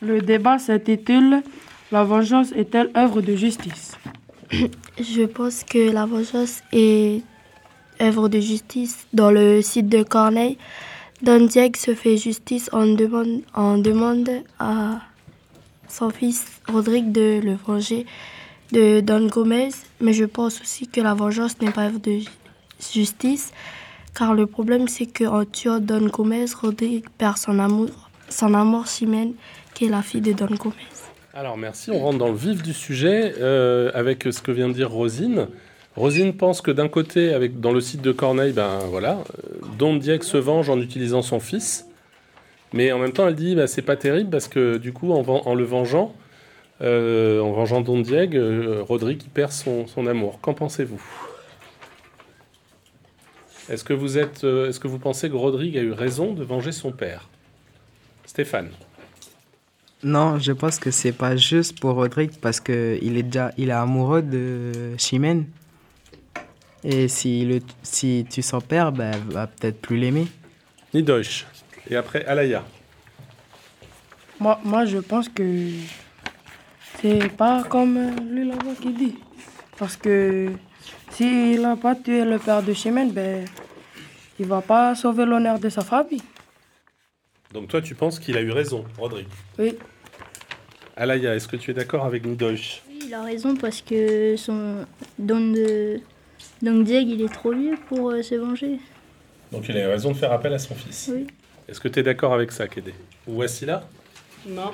Le débat s'intitule La vengeance est-elle œuvre de justice Je pense que la vengeance est œuvre de justice. Dans le site de Corneille, Don Diego se fait justice en demande, en demande à son fils Rodrigue de le venger de Don Gomez, mais je pense aussi que la vengeance n'est pas œuvre de ju- justice, car le problème c'est qu'en tuant Don Gomez, Rodrigue perd son amour, son amour Chimène, qui est la fille de Don Gomez. Alors merci, on rentre dans le vif du sujet euh, avec ce que vient de dire Rosine. Rosine pense que d'un côté, avec, dans le site de Corneille, ben voilà, euh, Don Dieck se venge en utilisant son fils, mais en même temps elle dit bah, c'est pas terrible parce que du coup en, ven- en le vengeant, euh, en vengeant Don Dieck, euh, Rodrigue il perd son, son amour. Qu'en pensez-vous Est-ce que vous êtes, euh, est-ce que vous pensez que Rodrigue a eu raison de venger son père Stéphane. Non, je pense que c'est pas juste pour Rodrigue parce que il est déjà il est amoureux de Chimène. Et si le si tu s'en perds, bah, elle va peut-être plus l'aimer. Ni Deutsch. Et après Alaya. moi, moi, je pense que c'est pas comme euh, lui là-bas qui dit. Parce que s'il n'a pas tué le père de Chimène, ben, il va pas sauver l'honneur de sa famille. Donc toi, tu penses qu'il a eu raison, Rodrigue. Oui. Alaya, est-ce que tu es d'accord avec Nidoche Oui, il a raison parce que son Don, de... Don Diego, il est trop vieux pour euh, se venger. Donc il a eu raison de faire appel à son fils. Oui. Est-ce que tu es d'accord avec ça, Kédé Ou Wassila Non.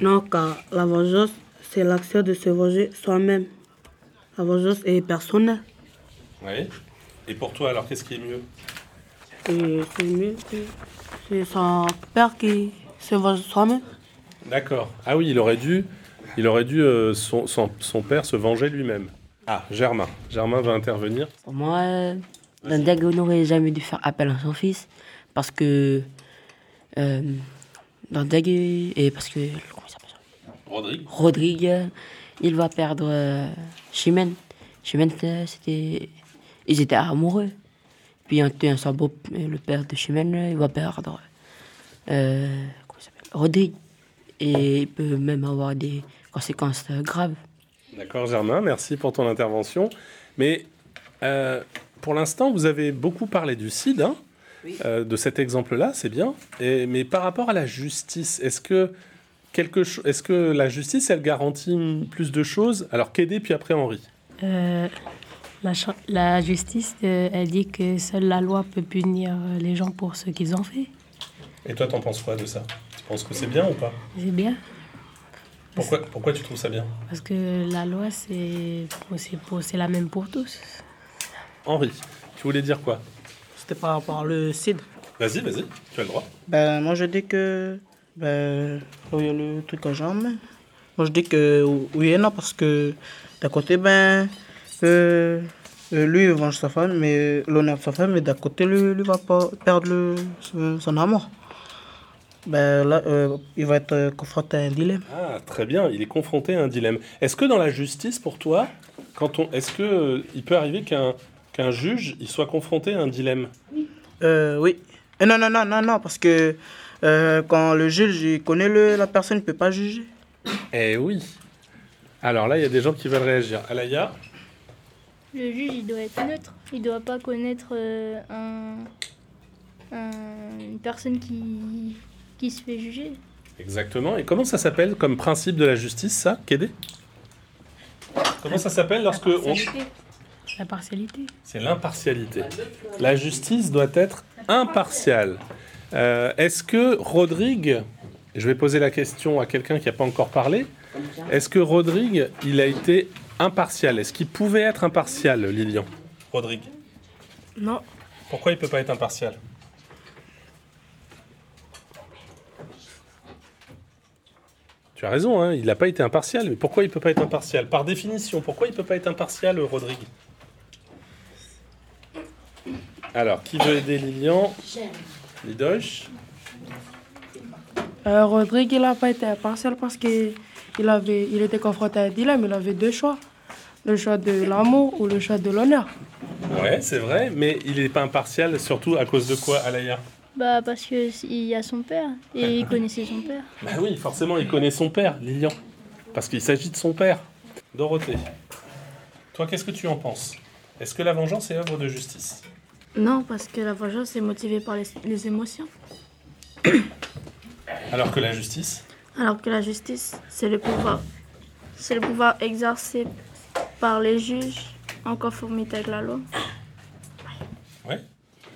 Non, car la vengeance, c'est l'action de se venger soi-même. La vengeance est personnelle. Oui. Et pour toi, alors, qu'est-ce qui est mieux Et c'est mieux que c'est son père qui se venge soi-même. D'accord. Ah oui, il aurait dû, il aurait dû euh, son, son- son père se venger lui-même. Ah, Germain. Germain va intervenir. Pour moi, euh, Don Diego n'aurait jamais dû faire appel à son fils parce que. Euh, Don Diego. Et parce que. Comment il s'appelle Rodrigue Rodrigue, euh, il va perdre euh, Chimène. Chimène, euh, c'était. Ils étaient amoureux. Puis en tuant son beau, le père de Chimène, euh, il va perdre. euh, comment il s'appelle Rodrigue. Et il peut même avoir des conséquences euh, graves. D'accord, Germain, merci pour ton intervention. Mais euh, pour l'instant, vous avez beaucoup parlé du CID, hein, euh, de cet exemple-là, c'est bien. Et, mais par rapport à la justice, est-ce que, quelque cho- est-ce que la justice, elle garantit mm, plus de choses Alors, Kédé, puis après Henri. Euh, la, cha- la justice, euh, elle dit que seule la loi peut punir euh, les gens pour ce qu'ils ont fait. Et toi, t'en penses quoi de ça Tu penses que c'est bien ou pas C'est bien, pourquoi, pourquoi tu trouves ça bien parce que la loi, c'est c'est pour- c'est la même pour tous. Henri, tu voulais dire quoi C'était par rapport au CID. Vas-y, vas-y, tu as le droit. Ben, moi, je dis que. Ben, oh, il y a le truc à jambes. Moi, je dis que oui et non, parce que d'un côté, ben. euh, euh, lui, il venge sa femme, mais euh, l'honneur de sa femme, mais d'un côté, lui, lui va pas perdre le, son- son amour. Ben, là, euh, il va être euh, confronté à un dilemme. Ah, très bien, il est confronté à un dilemme. Est-ce que dans la justice, pour toi, quand on, est-ce que euh, il peut arriver qu'un qu'un juge il soit confronté à un dilemme Euh, oui. Euh, non, non, non, non, non, parce que euh, quand le juge il connaît le, la personne, il ne peut pas juger. Eh oui. Alors là, il y a des gens qui veulent réagir. Alaya Le juge, il doit être neutre. Il doit pas connaître euh, un- un- une personne qui, qui se fait juger. Exactement. Et comment ça s'appelle comme principe de la justice, ça, Kédé Comment ça s'appelle lorsque la on... partialité. La partialité. C'est l'impartialité. La justice doit être impartiale. Euh, Est-ce que Rodrigue, je vais poser la question à quelqu'un qui n'a pas encore parlé, est-ce que Rodrigue, il a été impartial Est-ce qu'il pouvait être impartial, Lilian Rodrigue. Non, Pourquoi il ne peut pas être impartial Tu as raison, hein, il n'a pas été impartial. Mais pourquoi il ne peut pas être impartial Par définition, pourquoi il ne peut pas être impartial, euh, Rodrigue Alors, qui veut aider Lilian Lidoche Euh, Rodrigue, il n'a pas été impartial parce qu'il avait, il était confronté à un dilemme. Il avait deux choix. Le choix de l'amour ou le choix de l'honneur. Ouais, c'est vrai, mais il n'est pas impartial, surtout à cause de quoi, Alaya Bah parce que s- il y a son père et il connaissait son père. Bah oui, forcément, il connaît son père, Lilian. Parce qu'il s'agit de son père. Dorothée, toi, qu'est-ce que tu en penses Est-ce que la vengeance est œuvre de justice Non, parce que la vengeance est motivée par les, les émotions, Alors que la justice alors que la justice, c'est le pouvoir. C'est le pouvoir exercé par les juges en conformité avec la loi.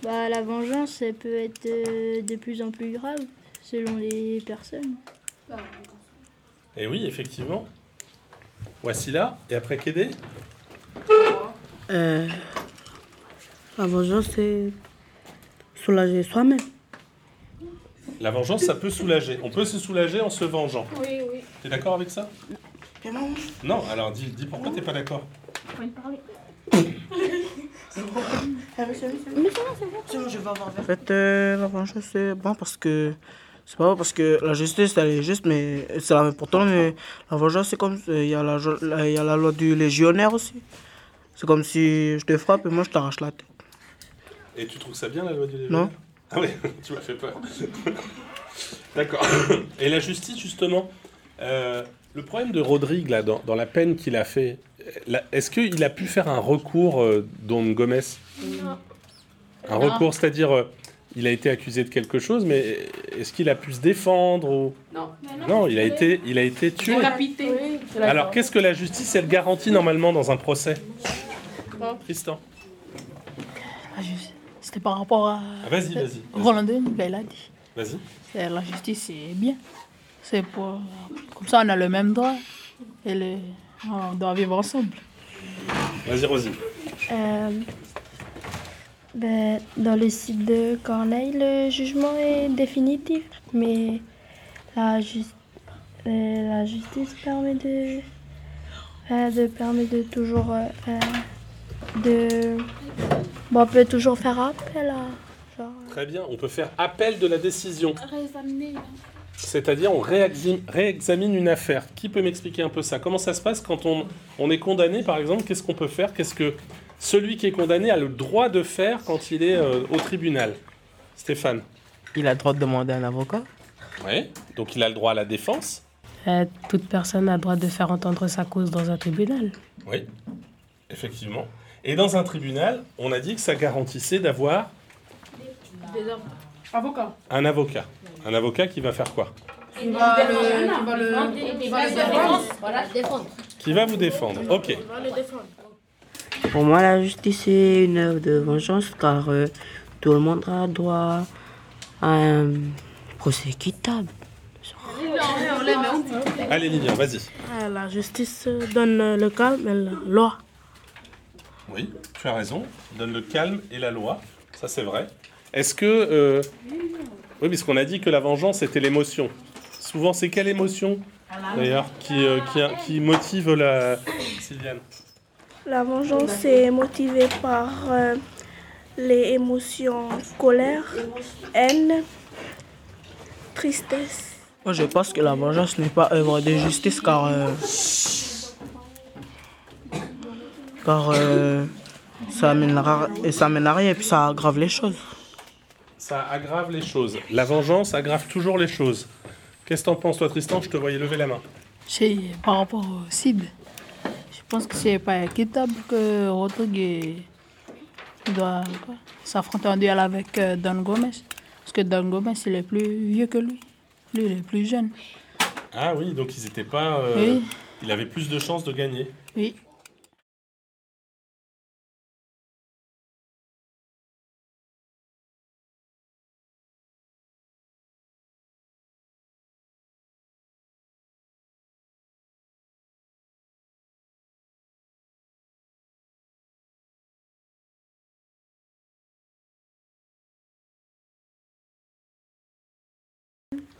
Bah la vengeance, elle peut être euh, de plus en plus grave selon les personnes. Eh oui, effectivement. Voici là, et après Kédé Euh, la vengeance, c'est soulager soi-même. La vengeance, ça peut soulager. On peut se soulager en se vengeant. Oui, oui. T'es d'accord avec ça non. Non, alors dis, dis pourquoi t'es pas d'accord. On va y parler. En fait, euh, la vengeance, c'est bon parce que. C'est pas parce que la justice, elle est juste, mais c'est la même pour toi, mais la vengeance, c'est comme. euh, Il y, a la jo- la- il y a la loi du légionnaire aussi. C'est comme si je te frappe et moi je t'arrache la tête. Et tu trouves ça bien, la loi du légionnaire Non. Ah oui, tu m'as fait peur. D'accord. Et la justice, justement, euh, le problème de Rodrigue, là, dans, dans la peine qu'il a fait, euh, là, est-ce qu'il a pu faire un recours, euh, Don Gomez Un Non. recours, c'est-à-dire, euh, il a été accusé de quelque chose, mais est-ce qu'il a pu se défendre ou... Non. Non, il a été, il a été tué. Décapité. Alors, qu'est-ce que la justice, elle garantit normalement dans un procès Tristan. Ah, je- C'était par rapport à. Ah, vas-y, vas-y, vas-y. Roland Denis, ben, il a dit. Vas-y. C'est- La justice, c'est bien. C'est pour. Comme ça, on a le même droit. Et le- on doit vivre ensemble. Vas-y, Rosine. Euh, ben, dans le site de Corneille, le jugement est définitif, mais la, jus- euh, la justice permet de, euh, de permet de toujours euh, euh, de bon, on peut toujours faire appel à genre, Très bien, on peut faire appel de la décision. C'est-à-dire, on réexamine, réexamine une affaire. Qui peut m'expliquer un peu ça Comment ça se passe quand on, on est condamné, par exemple Qu'est-ce qu'on peut faire Qu'est-ce que celui qui est condamné a le droit de faire quand il est euh, au tribunal Stéphane Il a le droit de demander un avocat Oui. Donc, il a le droit à la défense Euh, toute personne a le droit de faire entendre sa cause dans un tribunal. Oui, effectivement. Et dans un tribunal, on a dit que ça garantissait d'avoir Des hommes. Avocat. un avocat. Un avocat qui va faire quoi Qui va le- qui va le- qui va le défendre. Voilà, défendre. Qui va vous défendre. Ok. Pour moi, la justice est une œuvre de vengeance car euh, tout le monde a droit à un procès équitable. Allez, Lilian, vas-y. Ah, La justice euh, donne euh, le calme et la loi. Oui, tu as raison. Donne le calme et la loi. Ça, c'est vrai. Est-ce que. euh, Oui, puisqu'on a dit que la vengeance était l'émotion. Souvent, c'est quelle émotion, d'ailleurs, qui, euh, qui, qui motive la. Sylviane La vengeance est motivée par euh, les émotions colère, haine, tristesse. Moi, je pense que la vengeance n'est pas œuvre de justice car. euh, car euh, ça, amène la ra- et ça amène à rien et puis ça aggrave les choses. Ça aggrave les choses. La vengeance aggrave toujours les choses. Qu'est-ce que t'en penses, toi, Tristan Je te voyais lever la main. C'est par rapport aux cibles. Je pense que c'est pas équitable que Rodrigue eh, doit quoi, s'affronter en duel avec euh, Don Gomez. Parce que Don Gomez, il est plus vieux que lui. Lui, il est plus jeune. Ah oui, donc ils n'étaient pas. euh, Oui. Il avait plus de chances de gagner. Oui.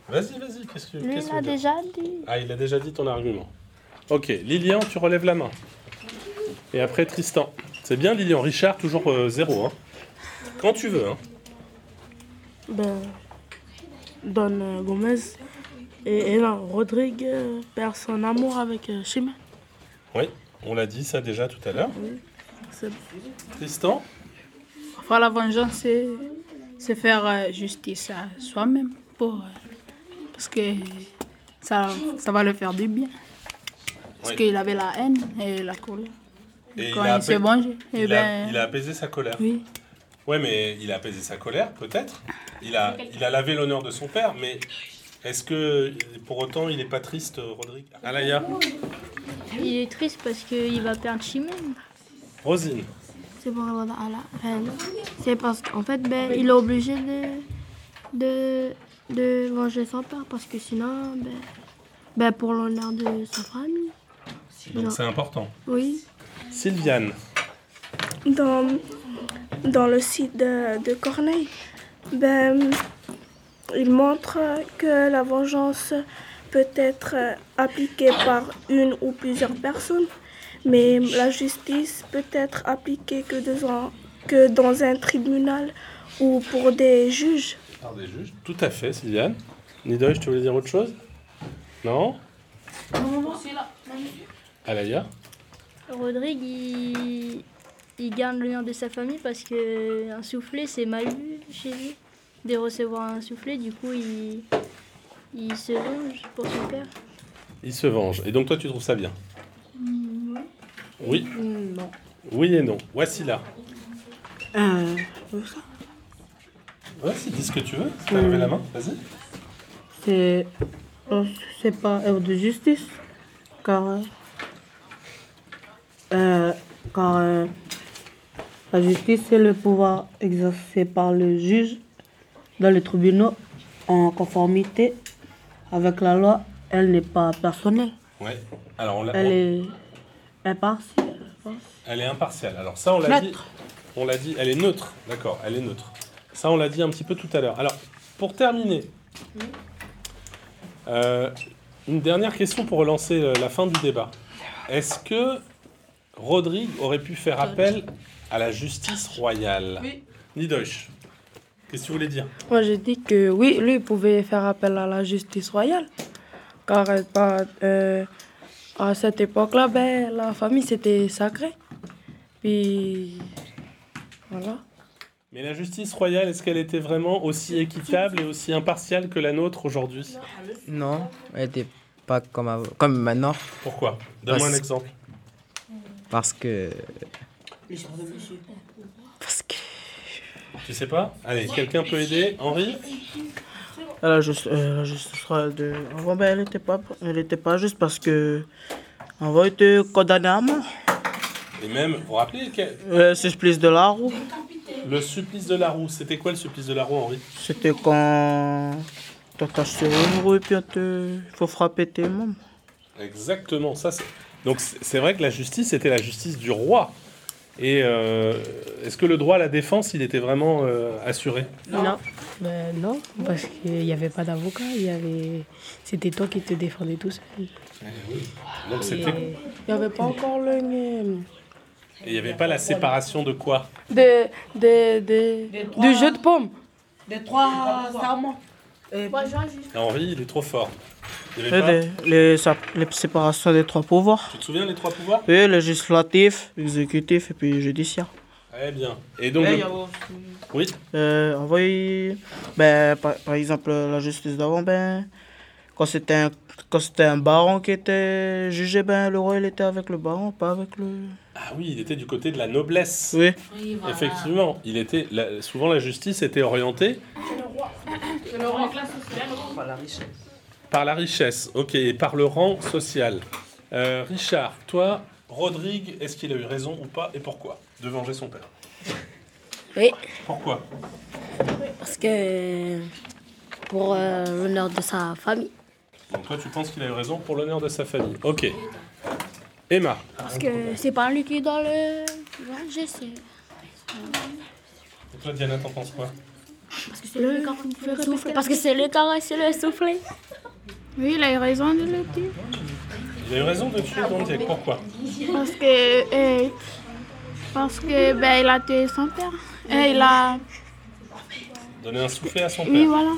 Vas-y, vas-y, qu'est-ce que. lui qu'est-ce il qu'on a dit déjà dit. Ah, il a déjà dit ton argument. Ok, Lilian, tu relèves la main. Et après Tristan. C'est bien Lilian, Richard, toujours euh, zéro. hein. Quand tu veux. hein. Ben, donne euh, Gomez et, et non, Rodrigue euh, perd son amour avec euh, Chimène. Oui, on l'a dit ça déjà tout à l'heure. C'est Tristan Enfin, la vengeance, c'est se faire euh, justice à soi-même pour euh, parce que ça, ça va le faire du bien. Parce Oui. qu'il avait la haine et la colère. Et Quand a il se apais- venge, eh il a- ben- il a apaisé sa colère. Oui. Ouais, mais il a apaisé sa colère, peut-être. Il a, il a lavé l'honneur de son père, mais est-ce que pour autant il n'est pas triste, euh, Rodrigue Alaya, Ah Il est triste parce qu'il va perdre Chimène. Rosine. C'est pour répondre à la reine. C'est parce qu'en fait, ben, il est obligé de, de, de venger son père parce que sinon, ben, ben, pour l'honneur de sa famille. Donc Genre- c'est important. Oui. Sylviane. dans, dans le site de, de Corneille, ben, il montre que la vengeance peut être euh, appliquée par une ou plusieurs personnes, mais la justice peut être appliquée que dans, que dans un tribunal ou pour des juges. Par des juges. Tout à fait, Sylviane. Nidoy, je te voulais dire autre chose Non Alaya Rodrigue, il, il garde l'honneur de sa famille parce que un soufflet, c'est mal vu chez lui. De recevoir un soufflet, du coup, il, il se venge pour son père. Il se venge. Et donc toi, tu trouves ça bien Oui. Non. Oui et non. Voici là. Euh, comme ça. Voici, dis ce que tu veux. Si t'as levé la main, vas-y. C'est. euh, C'est pas œuvre de justice. Car. euh, euh, car. euh, la justice, c'est le pouvoir exercé par le juge dans les tribunaux en conformité avec la loi. Elle n'est pas personnelle. Ouais. Alors on l'a. Elle on- est impartiale. Elle est impartiale. Alors ça, on l'a dit. Neutre. On l'a dit. Elle est neutre. D'accord. Elle est neutre. Ça, on l'a dit un petit peu tout à l'heure. Alors, pour terminer, euh, une dernière question pour relancer euh, la fin du débat. Est-ce que Rodrigue aurait pu faire appel à la justice royale Oui. Nidoche, qu'est-ce que tu voulais dire Moi, je dis que oui, lui, il pouvait faire appel à la justice royale. Car euh, par- euh, à cette époque-là, ben, la famille, c'était sacré. Puis, voilà. Mais la justice royale, est-ce qu'elle était vraiment aussi équitable et aussi impartiale que la nôtre aujourd'hui Non, elle était pas comme, avant- comme maintenant. Pourquoi Donne-moi un Parce- exemple. Parce que. Tu sais pas Allez, quelqu'un peut aider Henri Ah, La justice, euh, la justice royale de. Avant, ben, elle n'était pas, elle était pas juste parce que. Avant, elle était condamnée à mort. Et même, vous vous rappelez quel- Euh, supplice de la roue. Le supplice de la roue, c'était quoi le supplice de la roue, Henri C'était quand t'attaches sur une roue et puis on te... faut frapper tes membres. Exactement, ça c'est. Donc c'est c'est vrai que la justice c'était la justice du roi. Et euh, est-ce que le droit à la défense, il était vraiment euh, assuré Non. Ben, non, parce qu'il n'y avait pas d'avocat, il y avait... c'était toi qui te défendais tout seul. Donc c'était. Et Il n'y avait pas encore le. euh, le- il n'y avait pas la séparation de quoi De, de, de, du jeu de pommes. Des trois serments. Ah, Henri, il est trop fort. Il y avait pas- Les, les, sa- les séparations des trois pouvoirs. Tu te souviens les trois pouvoirs Et législatif, exécutif et puis judiciaire. Très bien. Et donc. euh, Eh, le- il y a aussi- Oui. Euh, on voit, il- ben, par, par exemple, la justice d'avant, ben, quand c'était un, quand c'était un baron qui était jugé, ben, le roi il était avec le baron, pas avec le... Ah oui, il était du côté de la noblesse. Oui. voilà. Effectivement, il était la- souvent la justice était orientée par la richesse, ok, et par le rang social. Euh, Richard, toi, Rodrigue, est-ce qu'il a eu raison ou pas, et pourquoi de venger son père Oui. Pourquoi Parce que pour euh, l'honneur de sa famille. Donc toi, tu penses qu'il a eu raison pour l'honneur de sa famille. Ok. Emma. Parce que c'est pas lui qui est dans le. Ouais, je sais. Et toi, Diana, t'en penses quoi Parce que c'est lui qui a soufflé. Parce que c'est lui qui a reçu le soufflé. Oui, il a eu raison de le dire. Il a eu raison de tuer Dondiek. Pourquoi Parce que. euh, parce que ben, il a tué son père. Et il a. Donner un soufflet à son père. Oui, voilà.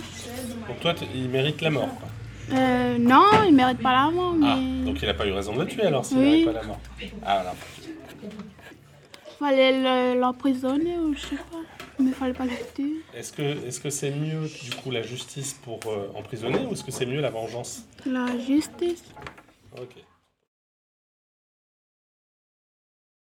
Donc toi, t- il mérite la mort. quoi. Euh, non, il mérite pas la mort, Ah, mais. donc il n'a pas eu raison de le tuer alors s'il Oui. n'avait pas la mort. Ah, alors. Fallait le- l'emprisonner ou je sais pas. me fallait pas le tuer. Est-ce que est-ce que c'est mieux du coup la justice pour euh, emprisonner ou est-ce que c'est mieux la vengeance La justice. Ok.